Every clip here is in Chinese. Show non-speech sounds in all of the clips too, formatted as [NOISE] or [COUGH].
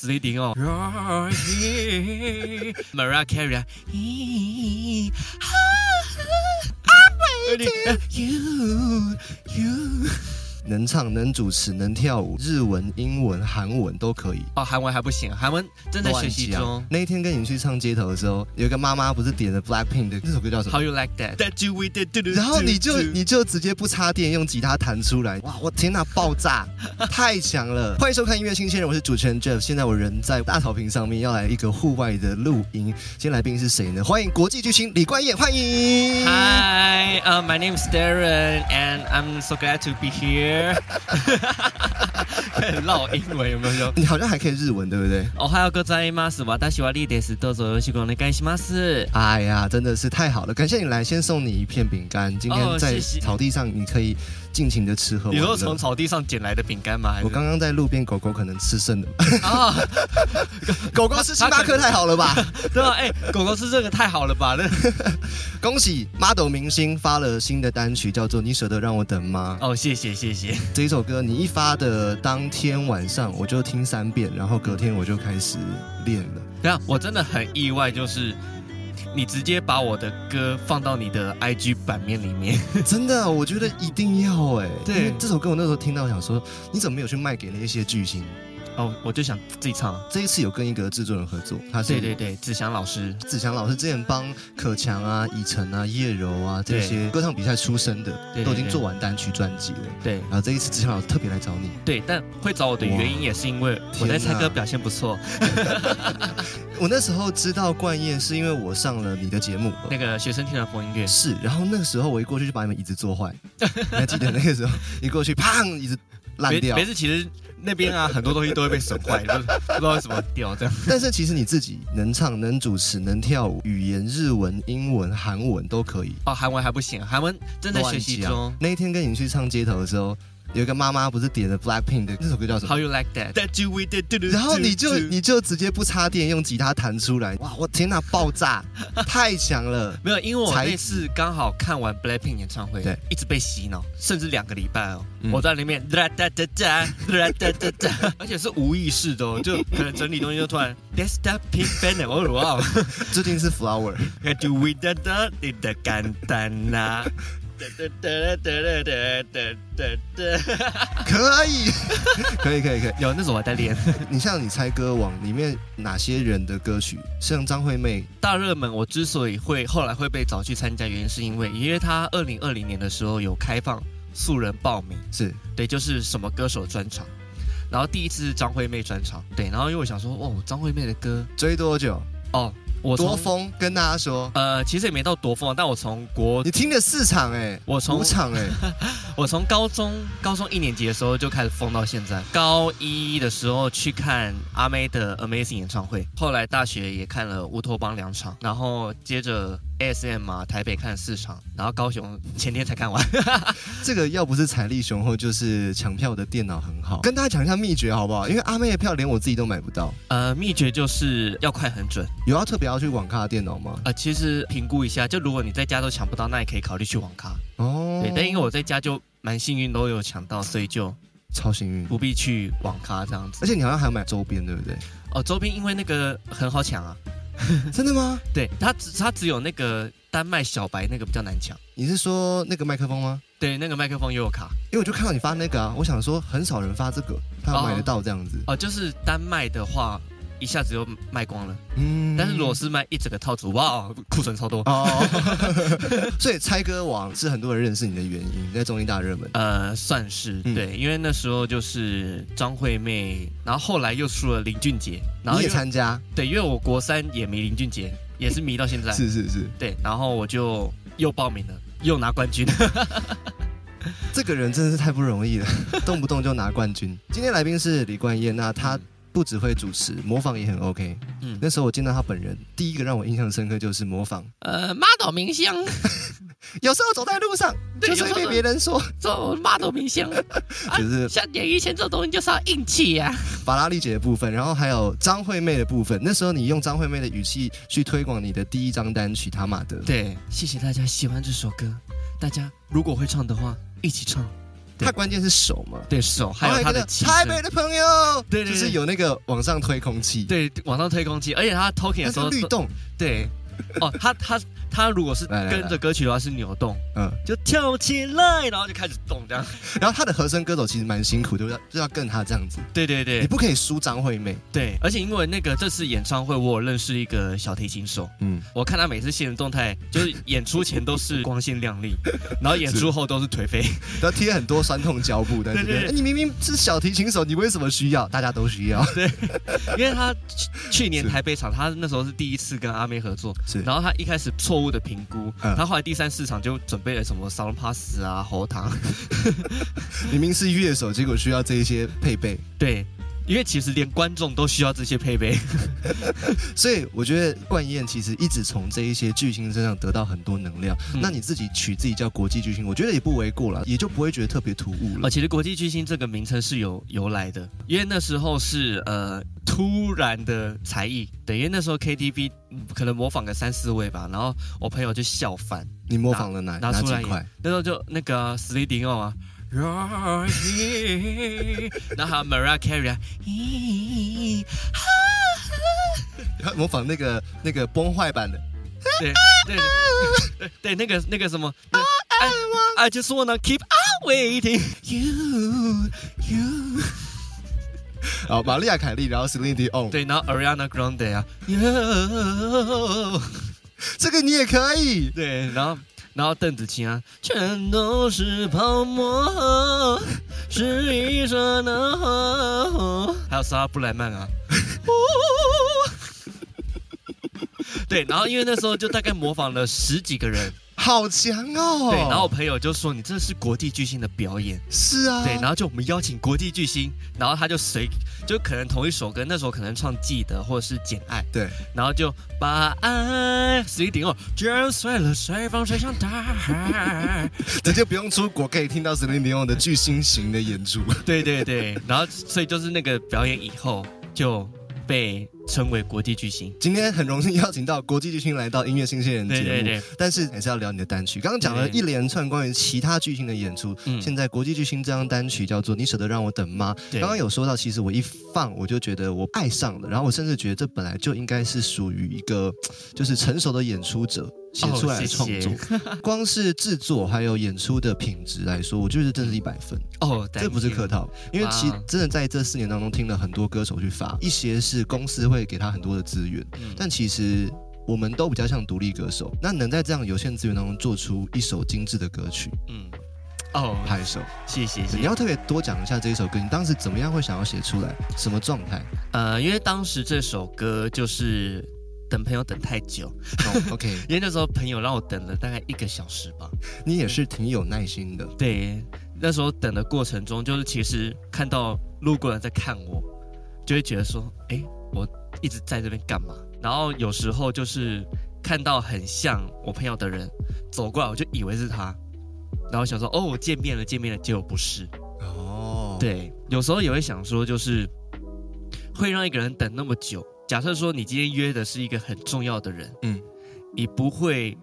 斯威丁 [LAUGHS] 哦，Mariah Carey 啊，咦哈哈 you you 能唱、能主持、能跳舞，日文、英文、韩文都可以。哦，韩文还不行，韩文正在学习乱讲中。那一天跟你们去唱街头的时候，有一个妈妈不是点了 Blackpink 的那首歌叫什 How 么？ you like that? That you we did do do do 然后你就 do 你就直接不插电用吉他弹出来，哇！我天呐，爆炸，太强了！欢迎收看音乐新鲜人，我是主持人 Jeff，现在我人在大草坪上面，要来一个户外的录音。今天来宾是谁呢？欢迎国际巨星李冠燕，欢迎。 Hi, uh, my name is Darren, and I'm so glad to be [LAUGHS] here. 很绕英文有没有？哦你好像还可以日文，对不对？おはようございます。私はリーです。どうぞよろしくお願いします。哎呀，真的是太好了！感谢你来，先送你一片饼干。今哦天在谢谢草地上，你可以尽情的吃喝玩你乐。说从草地上捡来的饼干吗？还是我刚刚在路边，狗狗可能 [LAUGHS] 吃剩的。啊，狗狗吃星巴克太好了吧？对啊，哎、狗狗吃这个太好了吧？那 [LAUGHS] 恭喜 model 明星发了新的单曲，叫做《你舍得让我等吗》。哦，谢谢谢谢。这一首歌你一发的当天晚上，我就听三遍，然后隔天我就开始练 [LAUGHS] 了。等一下，我真的很意外，就是你直接把我的歌放到你的 IG 版面里面。真的，我觉得一定要哎、对因为这首歌我那时候听到，想说你怎么没有去卖给那些巨星？哦，我就想自己唱。这一次有跟一个制作人合作，他是对对对，子祥老师。子强老师之前帮可强啊、以晨啊、叶柔啊这对些歌唱比赛出身的，对对都已经对做完单曲专辑了。对然后这一次子强老师特别来找你，对，但会找我的原因也是因为我在猜歌表现不错。我那时候知道冠燕是因为我上了你的节目。 [LAUGHS] 那个学生听了风音乐，是，然后那个时候我一过去就把你们椅子坐坏， [LAUGHS] 你还记得那个时候 [LAUGHS] 一过去，砰，椅子烂没掉没。事，其实那边啊很多东西都会被损坏，不不知道为什么掉这样。但是其实你自己能唱、能主持、能跳舞，语言日文、英文、韩文都可以。哦，韩文还不行，韩文正在学习乱讲中。那一天跟你去唱街头的时候，有一个妈妈不是点了 Blackpink 的那首歌叫什么？ How you like that? That you we did do do 然后你就 do do 你就直接不插电用吉他弹出来，哇！我天哪，爆炸，太强了！没有，因为我才那次刚好看完 Blackpink 演唱会，对，一直被洗脑，甚至两个礼拜哦，嗯我在里面哒哒哒哒哒哒哒哒，而且是无意识的哦，就可能整理东西就突然 That's that pink banner，我说哇最近是 Flower， ，Can you with that that 你的简单呐。哒哒哒哒哒哒哒哒哒，可以， [LAUGHS] 可以，可以，可以。有那时候我还在练你像你猜歌王里面哪些人的歌曲，像张惠妹，大热门。我之所以会后来会被找去参加，原因是因为因为他二零二零年的时候有开放素人报名，是对，就是什么歌手专场。然后第一次是张惠妹专场，对，然后因为我想说，哦，张惠妹的歌，追多久？哦，我多从疯，跟大家说，呃，其实也没到多疯，但我从国，你听了四场哎、我从五场哎、我从高中高中一年级的时候就开始疯到现在。高一的时候去看阿妹的 Amazing 演唱会，后来大学也看了乌托邦两场，然后接着 ASM 啊台北看四场，然后高雄前天才看完。 [LAUGHS] 这个要不是财力雄厚，就是抢票的电脑很好。跟大家讲一下秘诀好不好？因为阿妹的票连我自己都买不到，呃，秘诀就是要快很准。有要特别要去网咖的电脑吗？呃，其实评估一下，就如果你在家都抢不到，那也可以考虑去网咖。哦，对，但因为我在家就蛮幸运，都有抢到，所以就超幸运，不必去网咖这样子而。且你好像还有买周边，对 [LAUGHS] 不对？哦，周边因为那个很好抢啊，真的吗？对，它只它只有那个丹麦小白那个比较难抢。你是说那个麦克风吗？对，那个麦克风也有卡因为我就看到你发那个啊，我想说很少人发这个，他有买得到这样子。哦，就是丹麦的话一下子就卖光了，嗯但是如果是卖一整个套组，哇，库存超多。哦， [LAUGHS] [LAUGHS] 所以猜歌王是很多人认识你的原因，在综艺大热门。呃，算是嗯对，因为那时候就是张惠妹，然后后来又出了林俊杰，然后你因为也参加，对，因为我国三也迷林俊杰，也是迷到现在。是是是，对，然后我就又报名了，又拿冠军。这个人真的是太不容易了， [LAUGHS] 动不动就拿冠军。今天来宾是李冠燕，那他不只会主持，模仿也很 OK。嗯，那时候我见到他本人，第一个让我印象深刻就是模仿， [LAUGHS] 呃，model 明星，有时候走在路上对就是会有时被候别人说，做 model 明 [LAUGHS] 星，啊就是像演艺圈这种东西就是要硬气啊呀、法拉利姐的部分，然后还有张惠妹的部分。那时候你用张惠妹的语气去推广你的第一张单曲《塔马德》，对，谢谢大家喜欢这首歌，大家如果会唱的话，一起唱。对他关键是手嘛，对手，还有然他后那的个气台声，北的朋友，对对对就是有那个往上推空气，，对，往上推空气，而且他 talking 那的时是候律都，动，对，哦，他他他如果是来来跟着歌曲的话是扭动，嗯，就跳起来，然后就开始动这样，然后他的和声歌手其实蛮辛苦的，就要就要跟他这样子，对对你对不可以输张惠妹，对，而且因为那个这次演唱会，我有认识一个小提琴手，嗯，我看他每次现实动态，就是演出前都是光鲜亮丽，然后演出后都是颓废。然后贴很多酸痛胶布在这对对边，对哎你明明是小提琴手，你为什么需要？大家都需要，因为他去去年是台北场，他那时候是第一次跟阿妹合作，是然后他一开始错误的评估，嗯他后来第三四场就准备了什么 s o u n pass 啊、喉糖，明明是乐手，结果需要这一些配备，对，因为其实连观众都需要这些配备，所以我觉得冠燕其实一直从这一些巨星身上得到很多能量。嗯那你自己取自己叫国际巨星，我觉得也不为过了，也就不会觉得特别突兀了哦，。其实国际巨星这个名称是有由来的，因为那时候是呃突然的才艺，对，因为那时候 KTV 嗯可能模仿个三四位吧，然后我朋友就笑翻，你模仿了哪拿哪出几来块？ [LAUGHS] 那时候就那个 s l e e d i n g On 啊。You're here，然后还有 Mariah Carey 啊，咦模仿那个那个崩坏版的。对对对对，那个那个什么那，I 哎 I just wanna keep on waiting you you，好，玛利亚凯莉，然后 Celine Dion，对，然后 Ariana Grande 啊，you，这个你也可以。对，然后然后邓紫棋啊，全都是泡沫，是一刹那，还有莎拉布莱曼啊。对，然后因为那时候就大概模仿了十几个人，好强哦！对，然后我朋友就说你这是国际巨星的表演，是啊，对，然后就我们邀请国际巨星，然后他就随就可能同一首歌，那时候可能唱《记得》或者是《简爱》，对，然后就把爱随顶哦，卷碎了随风吹向大海，直接不用出国可以听到 Celine Dion 的巨星型的演出。对对对，然后所以就是那个表演以后就被称为国际巨星，今天很荣幸邀请到国际巨星来到音乐新鲜人节对目，对对，但是还是要聊你的单曲。刚刚讲了一连串关于其他巨星的演出，嗯现在国际巨星这张单曲叫做《你舍得让我等吗》。对刚刚有说到，其实我一放我就觉得我爱上了，然后我甚至觉得这本来就应该是属于一个就是成熟的演出者。写出来的创作，哦谢 [LAUGHS] 光是制作还有演出的品质来说，我觉得这是一百分。哦，这不是客可套，因为其实哇真的在这四年当中，听了很多歌手去发，一些是公司会给他很多的资源，嗯但其实我们都比较像独立歌手。那能在这样有限资源当中做出一首精致的歌曲，嗯，哦，拍手，谢谢谢谢，你要特别多讲一下这一首歌，你当时怎么样会想要写出来，什么状态、呃，因为当时这首歌就是等朋友等太久， [LAUGHS] 哦、？OK，因为那时候朋友让我等了大概一个小时吧。你也是挺有耐心的，对，那时候等的过程中，就是其实看到路过人在看我，就会觉得说，哎，我一直在这边干嘛？然后有时候就是看到很像我朋友的人走过来，我就以为是他，然后想说，哦，我见面了，见面了，结果不是。哦，，对，有时候也会想说，就是会让一个人等那么久。假设说你今天约的是一个很重要的人，嗯，你不会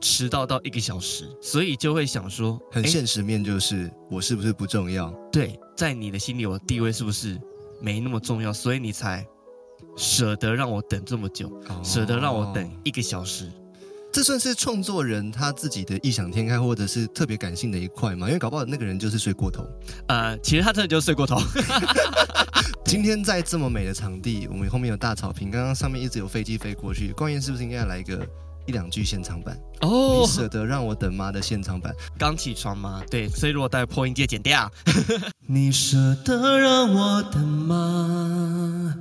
迟到到一个小时，所以就会想说，很诶现实面就是我是不是不重要？对，在你的心里，我的地位是不是没那么重要？所以你才舍得让我等这么久，哦舍得让我等一个小时。这算是创作人他自己的异想天开，或者是特别感性的一块嘛？因为搞不好那个人就是睡过头。呃，其实他真的就是睡过头。今天在这么美的场地，我们后面有大草坪，刚刚上面一直有飞机飞过去，光彦是不是应该来一个一两句现场版？哦 [LAUGHS] 你，舍得让我等吗的现场版？刚起床嘛，对，所以如果带破音戒剪掉。 [LAUGHS] 你舍得让我等吗？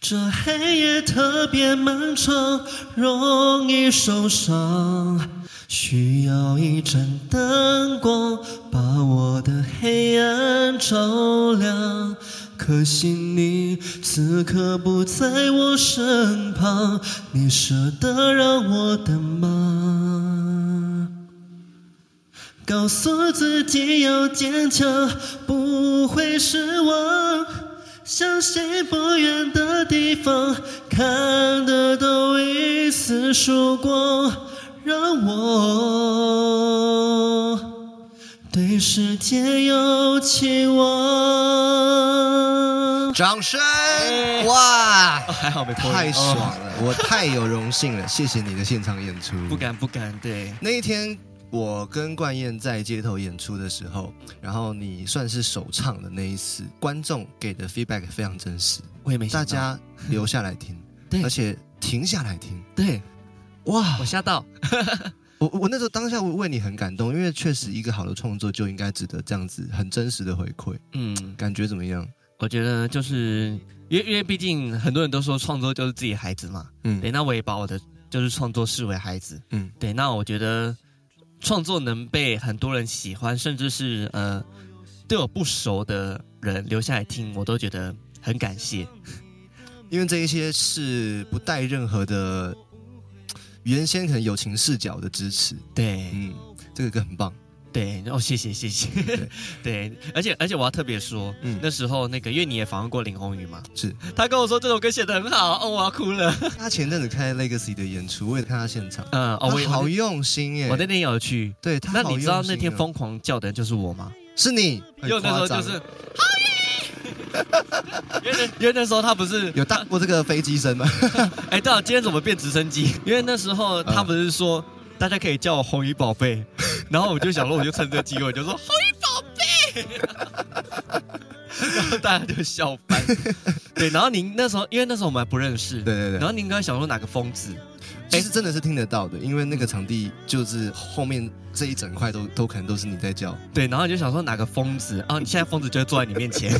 这黑夜特别漫长，容易受伤，需要一盏灯光把我的黑暗照亮。可惜你此刻不在我身旁，你舍得让我等吗？告诉自己要坚强，不会失望。相信不远的地方，看得到一丝曙光。让我等对世界有期望。掌声哎！哇，还好没破音太爽哦了，我太有荣幸了，谢谢你的现场演出。不敢不敢，对，那一天，我跟冠燕在街头演出的时候，然后你算是首唱的那一次，观众给的 feedback 非常真实，我也没想大到家留下来听，对而且停下来听，对哇我！吓到，我我那时候当下为你很感动，因为确实一个好的创作就应该值得这样子很真实的回馈，嗯，感觉怎么样？我觉得就是因为因为毕竟很多人都说创作就是自己孩子嘛，对，嗯那我也把我的就是创作视为孩子，嗯，对，那我觉得创作能被很多人喜欢，甚至是呃对我不熟的人留下来听，我都觉得很感谢。因为这一些是不带任何的原先可能友情视角的支持，对、嗯，这个歌很棒，对，哦，谢谢谢谢， [LAUGHS] 对，而且而且我要特别说，嗯那时候那个因为你也访问过林宏宇嘛，是。他跟我说这首歌写的很好，哦，我要哭了。他前阵子开 Legacy 的演出，我也看他现场，嗯，哦，我也他好用心耶！我那天也有去。对他那好你知道用心那天哦疯狂叫的人就是我吗？是你，很因为那时候夸张就是， [LAUGHS] 因为那因为那时候他不是有大过这个飞机声吗？ [LAUGHS] 哎，对了，今天怎么变直升机？ [LAUGHS] 因为那时候他嗯不是说、大家可以叫我红衣宝贝， [LAUGHS] 然后我就想说，我就趁这个机会我就说红衣宝贝， [LAUGHS] 然后大家就笑 [LAUGHS] 翻。对，然后您那时候，因为那时候我们还不认识，对对然对，后您刚才想说哪个疯子？其实真的是听得到的，因为那个场地就是后面这一整块都都可能都是你在叫。 [LAUGHS] 对，然后你就想说哪个疯子？啊，你现在疯子就会坐在你面 [LAUGHS] 前。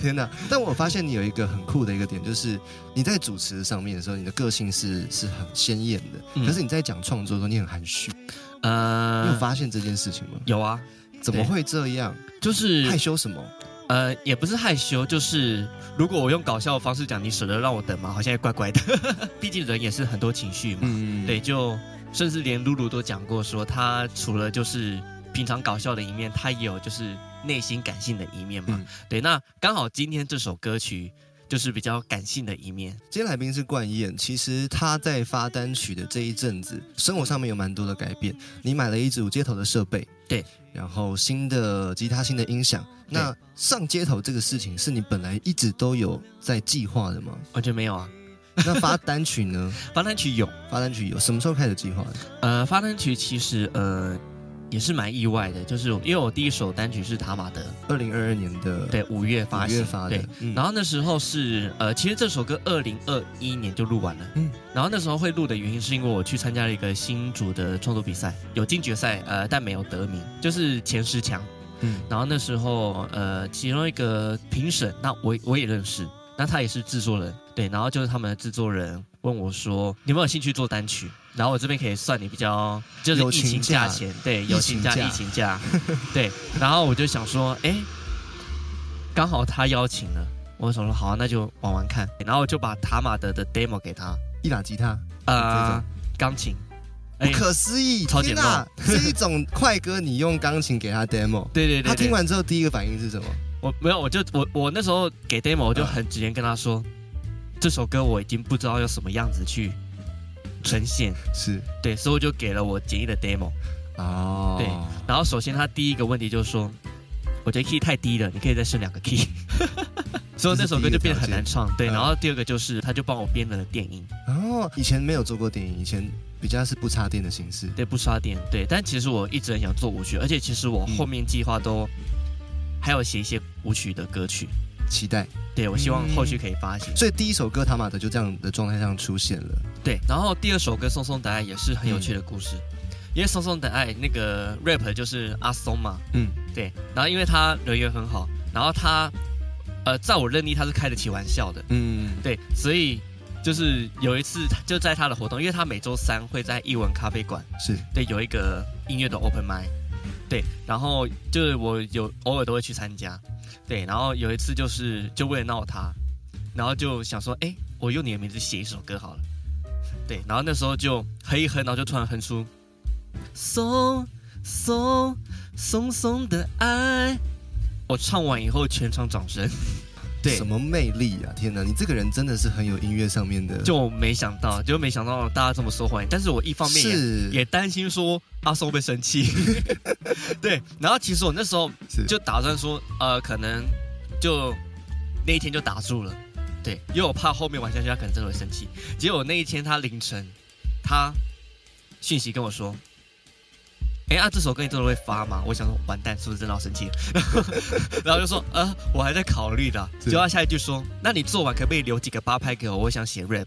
天哪！但我发现你有一个很酷的一个点，就是你在主持上面的时候，你的个性是是很鲜艳的，嗯可是你在讲创作的时候，你很含蓄。你有呃，发现这件事情吗？有啊，怎么会这样？就是害羞什么？呃，也不是害羞，就是如果我用搞笑的方式讲，你舍得让我等吗？好像也怪怪的。 [LAUGHS] 毕竟人也是很多情绪嘛。嗯，对，就甚至连露露都讲过说，她除了就是平常搞笑的一面，她也有就是内心感性的一面嘛。嗯对，那刚好今天这首歌曲就是比较感性的一面。今天来宾是冠燕，其实他在发单曲的这一阵子，生活上面有蛮多的改变。你买了一组街头的设备，对，然后新的吉他、新的音响。那上街头这个事情是你本来一直都有在计划的 [LAUGHS] 吗？完全没有啊，那发单曲呢？发单曲有，发单曲有什么时候开始计划的？呃，发单曲其实呃也是蛮意外的，就是因为我第一首单曲是塔马德，二零二二年的对，五月发五行，月发对的，，嗯然后那时候是呃，其实这首歌二零二一年就录完了，嗯嗯，然后那时候会录的原因是因为我去参加了一个新竹的创作比赛，有进决赛，呃，但没有得名，就是前十强。嗯然后那时候呃，其中一个评审，那我我也认识，那他也是制作人，对，然后就是他们的制作人问我说，你有没有兴趣做单曲？然后我这边可以算你比较就是友疫情情价价钱，对，情友情价、价疫情 [LAUGHS] 价，对，然后我就想说，哎，刚好他邀请了。我想说好啊、那就玩玩看，然后我就把塔马德的 demo 给他，一把吉他，呃，钢琴，不可思议，哎超天简陋哪！这一种快歌，你用钢琴给他 demo， [LAUGHS] 对对对对，他听完之后第一个反应是什么？我没有，我就我我那时候给 demo，我就很直接跟他说，这首歌我已经不知道要什么样子去呈现，是对，所以我就给了我简易的 demo。哦，对然后首先他第一个问题就是说，我觉得 key 太低了，你可以再升两个 key，所以那首歌就变得很难唱。对，嗯然后第二个就是他就帮我编了电音，哦，以前没有做过电影，以前比较是不插电的形式。对，不刷电，对，但其实我一直很想做舞曲，而且其实我后面计划都还有写一些舞曲的歌曲，期待，对我希望后续可以发行。所以第一首歌《塔马德》就这样的状态上出现了。对，然后第二首歌《松松的爱》也是很有趣的故事，因为《松松的爱》那个 rap 就是阿松嘛，嗯，对，然后因为他人缘很好，然后他呃，在我认定他是开得起玩笑的，嗯，对，所以就是有一次他就在他的活动，因为他每周三会在艺文咖啡馆，是对，有一个音乐的 open mic，对，然后就是我有偶尔都会去参加，对，然后有一次就是就为了闹他，然后就想说，哎，我用你的名字写一首歌好了，对，然后那时候就哼一哼，然后就突然哼出松松松松的爱，我唱完以后全场掌声，对什么魅力啊！天哪，你这个人真的是很有音乐上面的，就没想到，就没想到大家这么受欢迎。但是我一方面也是也担心说阿松会不会生气，对。然后其实我那时候是就打算说，呃，可能就那一天就打住了，对，因为我怕后面玩下去他可能真的会生气。结果那一天他凌晨，他讯息跟我说。哎啊，这首歌你真的会发吗？我想说，完蛋，是 [LAUGHS] 不是真的要生气了？然后就说，呃，我还在考虑的。是结果他下一句说，那你做完可不可以留几个八拍给我？我想写 [LAUGHS] rap。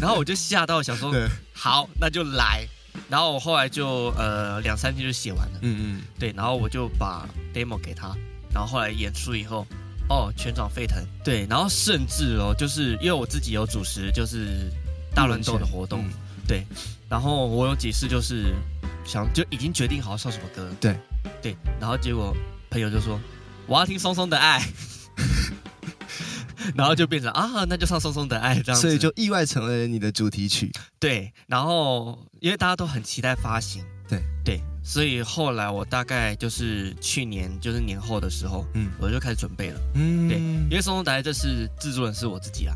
然后我就吓到，想说，对，好，那就来。然后我后来就呃两三天就写完了，嗯嗯，对，然后我就把 demo 给他，然后后来演出以后，哦，全场沸腾，对，然后甚至哦，就是因为我自己有主持，就是大乱斗的活动，嗯对，然后我有几次就是想就已经决定好要唱什么歌了，对，对，然后结果朋友就说我要听松松的爱， [LAUGHS] 然后就变成啊，那就唱松松的爱这样子，所以就意外成了你的主题曲，对，然后因为大家都很期待发行，对对，所以后来我大概就是去年就是年后的时候，嗯我就开始准备了，嗯对因为松松达这次制作人是我自己啊，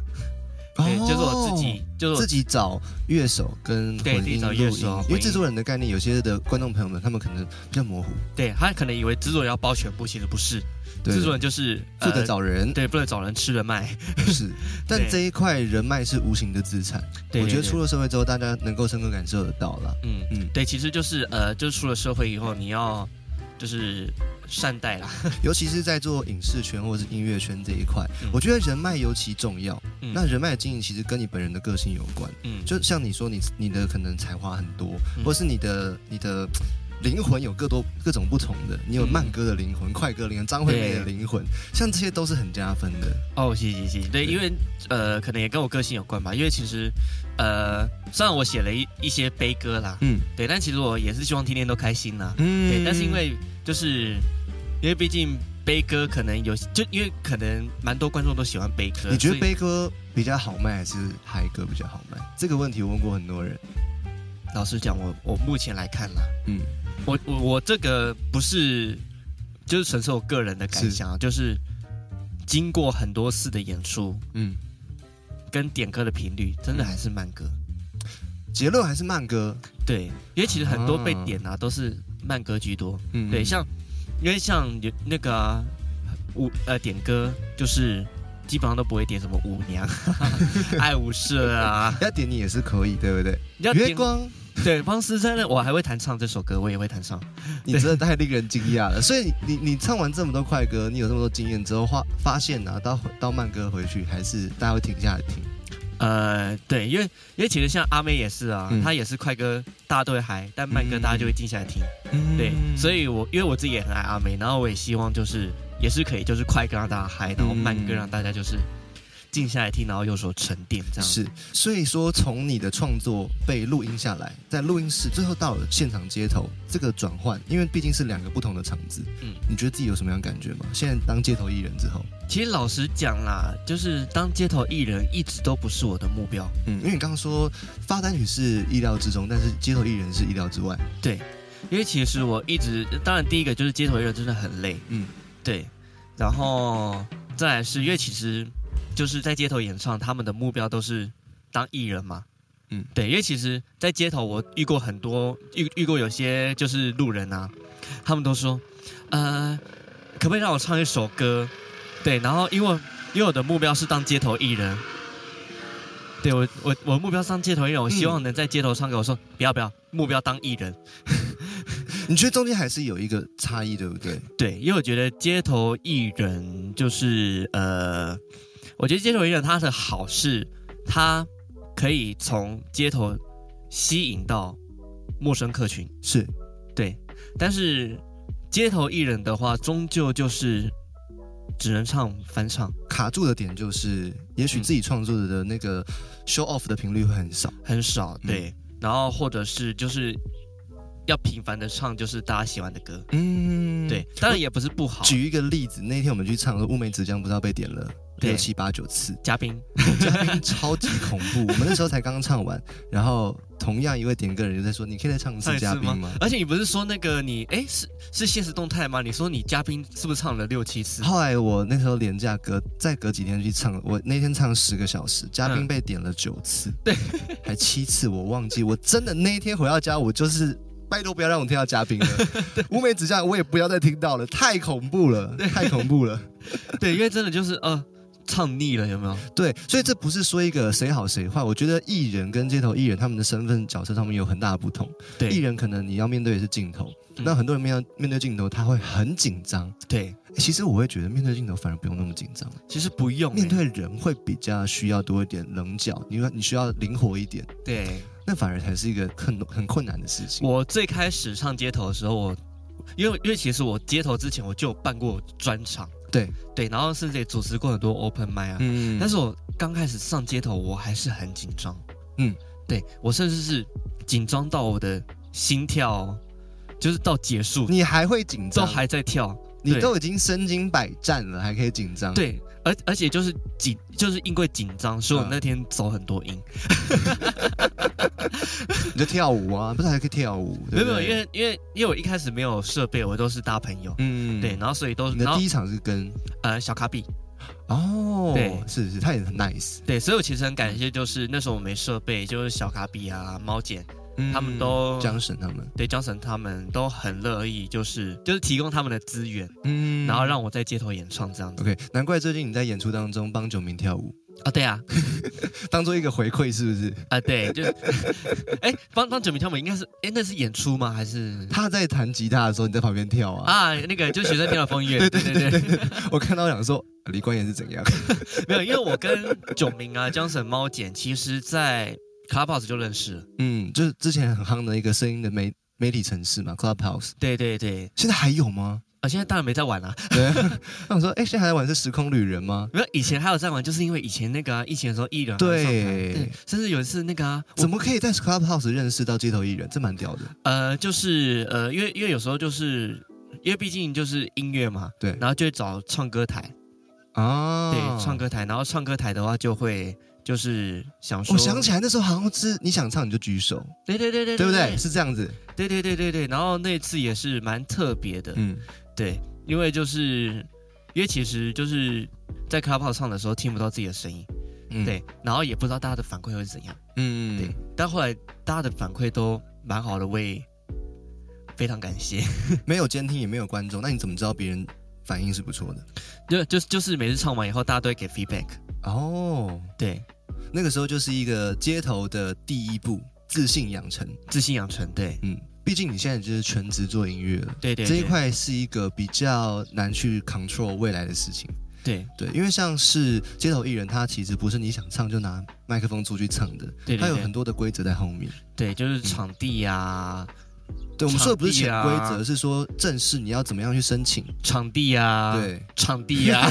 对，哦就是我自己，就是自我己找乐手跟对混自己音找录乐音手，因混为音制作人的概念，有些的观众朋友们他们可能比较模糊，对他可能以为制作人要包全部，其实不是，对制作人就是负责、找人呃，，对，不能找人吃人脉， [LAUGHS] 是，但对这一块人脉是无形的资产，对，我觉得对出了社会之后，大家能够深刻感受得到了。嗯嗯嗯，对，其实就是呃，就是出了社会以后，你要就是善待啦，尤其是在做影视圈或是音乐圈这一块，嗯我觉得人脉尤其重要。嗯那人脉的经营其实跟你本人的个性有关，嗯，就像你说你你的可能才华很多，嗯或是你的你的。灵魂有各多各种不同的，你有嗯慢歌的灵魂、快歌灵魂、张惠妹的对灵魂，像这些都是很加分的。哦，行行行，对，对因为呃，可能也跟我个性有关吧。因为其实，呃，虽然我写了一一些悲歌啦，嗯对，但其实我也是希望天天都开心啦。嗯对，但是因为就是因为毕竟悲歌可能有，就因为可能蛮多观众都喜欢悲歌。你觉所得以悲歌比较好卖还是嗨歌比较好卖？这个问题我问过很多人。老实讲，我我目前来看啦，嗯，我我我这个不是就是纯粹我个人的感是想啊，就是经过很多次的演出嗯，跟点歌的频率，真的还是慢歌。结论还是慢歌。对，因为其实很多被啊点啊都是慢歌居多。嗯对，像因为像有那个啊舞、呃点歌，就是基本上都不会点什么舞娘、啊 [LAUGHS] 爱舞社啊，要点你也是可以，对不对？你要月点光，对方思真的，我还会弹唱这首歌，我也会弹唱。你真的太令人惊讶了。所以你你你唱完这么多快歌，你有这么多经验之后，发发现啊，到到慢歌回去，还是大家会停下来听。呃，对，因为因为其实像阿妹也是啊，嗯她也是快歌大家都会嗨，但慢歌嗯大家就会静下来听。对，所以我因为我自己也很爱阿妹，然后我也希望就是也是可以就是快歌让大家嗨，然后慢歌嗯让大家就是静下来听，然后有所沉淀这样。是，所以说从你的创作被录音下来，在录音室，最后到了现场街头，这个转换，因为毕竟是两个不同的场子，嗯嗯，你觉得自己有什么样的感觉吗？现在当街头艺人之后，其实老实讲啦，就是当街头艺人一直都不是我的目标。嗯，因为你刚刚说发单曲是意料之中，但是街头艺人是意料之外，对，因为其实我一直，当然第一个就是街头艺人真的很累，嗯，对，然后再来是因为其实就是在街头演唱，他们的目标都是当艺人嘛。嗯嗯，对，因为其实，在街头我遇过很多，遇遇过有些就是路人啊，他们都说，呃，可不可以让我唱一首歌？对，然后因为因为我的目标是当街头艺人，对我我我的目标是当街头艺人，我希望能在街头唱歌。我说不要不要，目标当艺人。你觉得中间还是有一个差异，对不对？对，因为我觉得街头艺人就是呃，我觉得街头艺人他的好是，他可以从街头吸引到陌生客群，是，对。但是街头艺人的话，终究就是只能唱翻唱，卡住的点就是，也许自己创作的那个 show off 的频率会很少。很少对。然后或者是就是要频繁的唱就是大家喜欢的歌。嗯，对，当然也不是不好。举一个例子，那天我们去唱《乌梅子酱》，不知道被点了对六七八九次，嘉宾，嘉宾超级恐怖。我们那时候才刚唱完，然后同样一位点歌人就在说：“你可以再唱唱一次一次嘉宾吗吗而且你不是说那个你哎是是现实动态吗？你说你嘉宾是不是唱了六七？”次？后来我那时候连假隔再隔几天去唱，我那天唱十个小时，嘉宾嗯被点了九次， [LAUGHS] 对，还七次我忘记。我真的那一天回到家，我就是拜托不要让我听到嘉 [LAUGHS] 宾了，乌梅子酱我也不要再听到了，太恐怖了，太恐怖了。对，因为真的就是呃唱腻了，有没有？对，所以这不是说一个谁好谁坏，我觉得艺人跟街头艺人他们的身份角色上面有很大的不同。对艺人可能你要面对的是镜头，嗯那很多人面面对镜头他会很紧张。对，其实我会觉得面对镜头反而不用那么紧张，其实不用、面诶对人会比较需要多一点棱角，你要你需要灵活一点，对那反而才是一个很很困难的事情。我最开始唱街头的时候，我因为因为其实我街头之前我就有办过专场，对对，然后甚至也主持过很多 open m i 啊。嗯但是我刚开始上街头，我还是很紧张。嗯，对我甚至是紧张到我的心跳，就是到结束你还会紧都张，还在跳。你对都已经身经百战了，还可以紧张。，对，而而且就是紧，就是因为紧张，所以我嗯那天走很多音。你就跳舞啊，不是还可以跳舞？没对有不没有，对因为因为因为我一开始没有设备，我都是搭朋友。嗯对，然后所以都你然的后第一场是跟呃小卡比，哦，对是是，他也很 nice，对，所以我其实很感谢，就是那时候我没设备，就是小卡比啊、猫姐他们都江神他们，对 Johnson 他们都很乐意，就是就是提供他们的资源，嗯然后让我在街头演唱这样子 OK，难怪最近你在演出当中帮九民跳舞，啊，对啊当做一个回馈是不是？啊对，就 [LAUGHS] 哎帮帮九明他们应该是哎那是演出吗还是他在弹吉他的时候，你在旁边跳啊，啊那个就学生听到 [LAUGHS] 风月对对对我看到想说呃李冠言是怎样？ [LAUGHS] 没有，因为我跟九明啊 Johnson 猫姐其实在 Clubhouse 就认识了，嗯，就是之前很夯的一个声音的媒媒体城市嘛，Clubhouse，对对对，现在还有吗？ [LAUGHS] 啊现在当然没在玩了、对，那我说，哎，现在还在玩是时空旅人吗？没有，以前还有在玩，就是因为以前那个、啊、疫情的时候，艺人还会上台对对，甚至有一次那个、啊、怎么么可以在 Clubhouse 认识到街头艺人？这蛮屌的。呃，就是呃，因为因为有时候就是因为毕竟就是音乐嘛，对然后就会找唱歌台，啊，对，唱。歌台，然后唱歌台的话就会就是想说，我想起来那时候好像是你想唱你就举手，对对对对对不对？对是这样子。对对对对对，然后那次也是蛮特别的，嗯，对，因为就是因为其实就是在 clubhouse 唱的时候听不到自己的声音，嗯，对，然后也不知道大家的反馈会是怎样。嗯， [LAUGHS] 对，但后来大家的反馈都蛮好的，我也非常感谢。没有监听也没有观众，那你怎么知道别人反应是不错的？ [LAUGHS] 就就就是每次唱完以后，大家都会给 feedback。哦，对，那个时候就是一个街头的第一步，自信养成。自信养成，对嗯，毕竟你现在就是全职做音乐了，对对这一对块是一个比较难去 control 未来的事情。对对，因为像是街头艺人，他其实不是你想唱就拿麦克风出去唱的，对对他有对很多的规则在后面。对，就是场地啊，对，我们说的不是潜场规地啊则，是说正式你要怎么样去申请。场地啊，，对，场地 [LAUGHS] 啊，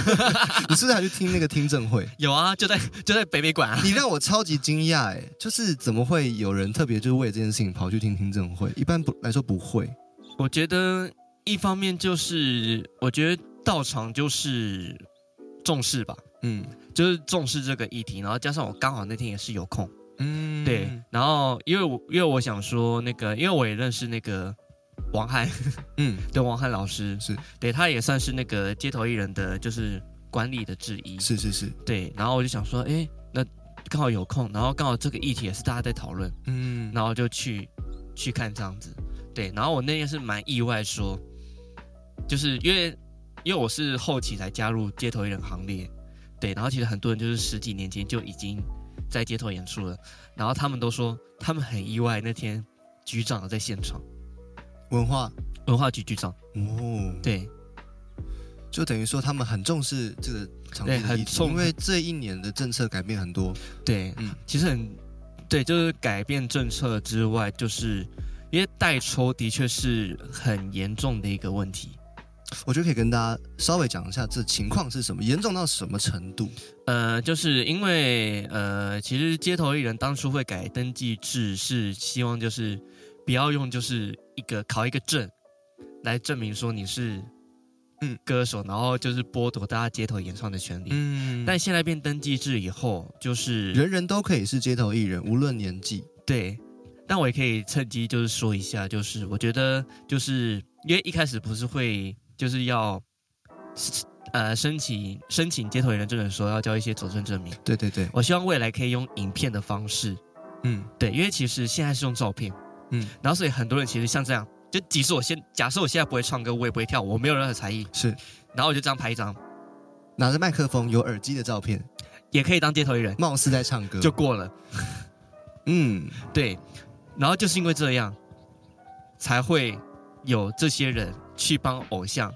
你是不是还去听那个听证会？有啊，就在就在北美馆 [LAUGHS] 啊。你让我超级惊讶哎，就是怎么会有人特别就是为了这件事情跑去听听证会？一般不来说不会，我觉得一方面就是，我觉得到场就是重视吧，嗯就是重视这个议题，然后加上我刚好那天也是有空。嗯对，然后因为我因为我想说那个，因为我也认识那个王翰， [LAUGHS] 嗯对王翰老师，是对他也算是那个街头艺人的就是管理的之一，是是是，对。然后我就想说，哎，那刚好有空，然后刚好这个议题也是大家在讨论，嗯然后就去去看这样子，对。然后我那天是蛮意外说，就是因为因为我是后期才加入街头艺人行列，对。然后其实很多人就是十几年前就已经在街头演出了，然后他们都说他们很意外那天局长在现场，文化文化局局长，哦，对就等于说他们很重视这个场地对的很议题，重因为这一年的政策改变很多，对，嗯其实很对，就是改变政策之外，就是因为代抽的确是很严重的一个问题。我觉得可以跟大家稍微讲一下这情况是什么，严重到什么程度？呃，就是因为呃，其实街头艺人当初会改登记制，是希望就是不要用就是一个考一个证，来证明说你是嗯歌手，然后就是剥夺大家街头演唱的权利。嗯但现在变登记制以后，就是嗯人人都可以是街头艺人，无论年纪。对，但我也可以趁机就是说一下，就是我觉得就是因为一开始不是会就是要呃申请申请街头艺人证的时候要交一些佐证证明，对对对，我希望未来可以用影片的方式，嗯对，因为其实现在是用照片，嗯，然后所以很多人其实像这样，就即使我现假设我现在不会唱歌，我也不会跳舞，我没有任何才艺，是然后我就这样拍一张，拿着麦克风，有耳机的照片，也可以当街头艺人，貌似在唱歌。就过了。嗯，对，然后就是因为这样，才会有这些人去帮偶像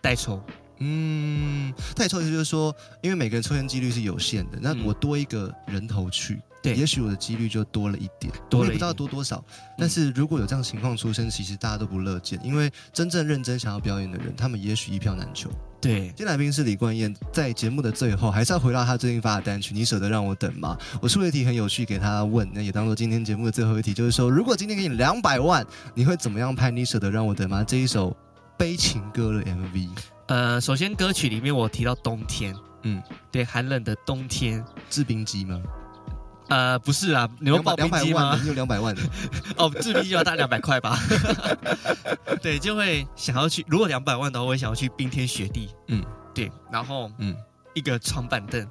代抽。嗯，代抽意思就是说，因为每个人抽签几率是有限的，那嗯我多一个人头去，对也许我的几率就多了一点，多我了也一不知道点多多少。但是如果有这样情况出生，其实大家都不乐见，因为真正认真想要表演的人，他们也许一票难求。对，今天来宾是李冠燕，在节目的最后，还是要回到她最近发的单曲《你舍得让我等吗》。我出了一题很有趣给她问，那也当做今天节目的最后一题，就是说，如果今天给你两百万，你会怎么样拍《你舍得让我等吗》这一首悲情歌的 MV？呃，首先歌曲里面我提到冬天，嗯，对，寒冷的冬天。制冰机吗？呃，不是啊，你用刨两冰百机万吗的，？你有两百万的，哦，制冰机要大两百块吧？ [LAUGHS] 对，就会想要去，如果两百万的话，我会想要去冰天雪地，嗯，对，然后嗯，一个长板凳，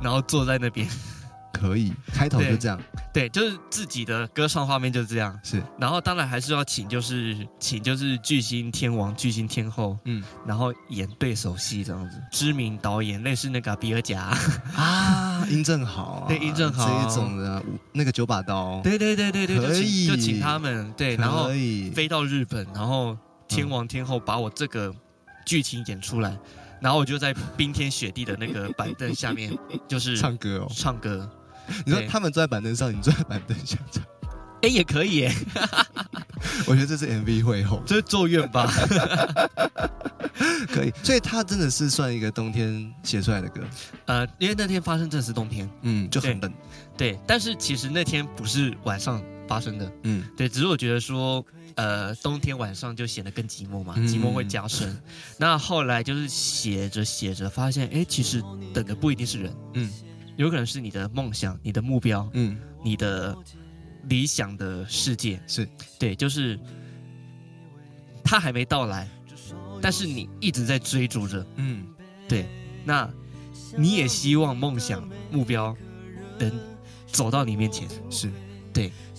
然后坐在那边， [LAUGHS] 可以开头就这样，对，就是自己的歌唱画面就是这样，是然后当然还是要请，就是请就是巨星天王、巨星天后，嗯然后演对手戏这样子，知名导演类似那个比尔贾，啊，殷正豪、啊，对殷正豪这一种的啊，五那个九把刀， [LAUGHS] 对对对对对，就可以请就请他们对，然后可以，飞到日本，然后天王天后把我这个剧情演出来，然后我就在冰天雪地的那个板凳下面，就是唱歌哦。唱歌，你说对他们坐在板凳上，你坐在板凳下唱，哎也可以 [LAUGHS] 哎，我觉得这是 MV 会后。这是咒怨吧？可以，所以它真的是算一个冬天写出来的歌，呃，因为那天发生正是冬天，嗯，就很冷，对，但是其实那天不是晚上发生的。嗯对，只是我觉得说，呃，冬天晚上就显得更寂寞嘛，嗯寂寞会加深。那后来就是写着写着，发现哎，其实等的不一定是人，嗯有可能是你的梦想、你的目标、嗯你的理想的世界。是对，就是它还没到来，但是你一直在追逐着。嗯对，那你也希望梦想、目标能走到你面前。是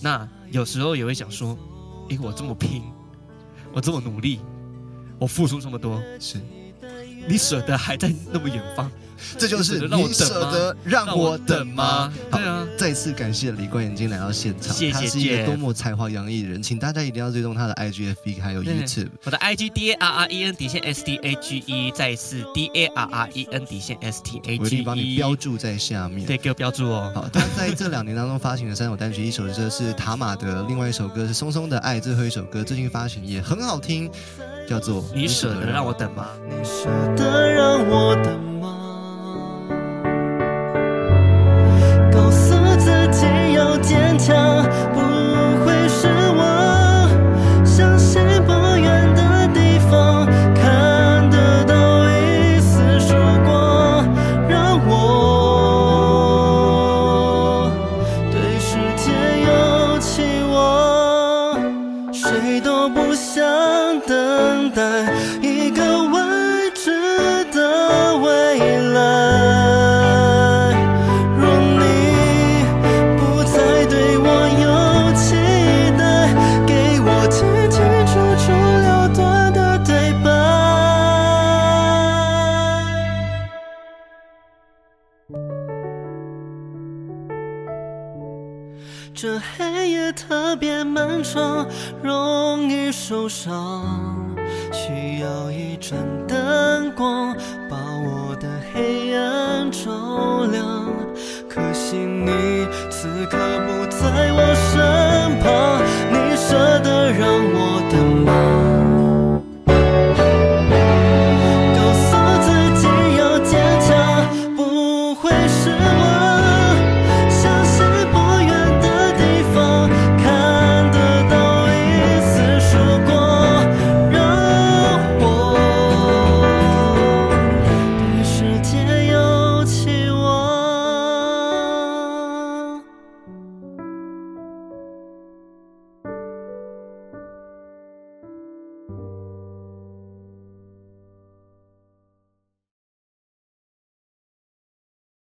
那有时候也会想说，诶，我这么拼，我这么努力，我付出这么多，是，你舍得还在那么远方，这就是你舍得让我等吗？好对，啊，再次感谢李冠眼睛来到现场，谢谢他是一个 Jeff 多么才华洋溢的人，请大家一定要追踪他的 IG、FB 还有对 YouTube。我的 I G D A R R E N 底线 S T A G E，再一次 D A R R E N 底线 S T A 我一 G 定帮你 E，标注在下面。对，给我标注哦。好，他在这两年当中发行了三首单曲，一首歌是塔玛的，另外一首歌是松松的爱，最后一首歌最近发行也很好听，叫做《你舍得让我等吗？你舍得让我等吗？告诉自己要坚强，不会失望。相信不远的地方看得到一丝曙光，让我对世界有期望。谁都不想等待一个未知的未来。若你不再对我有期待，给我清清楚楚了断的对白。这黑夜特别漫长，容易受伤，需要一盏灯光把我的黑暗照亮。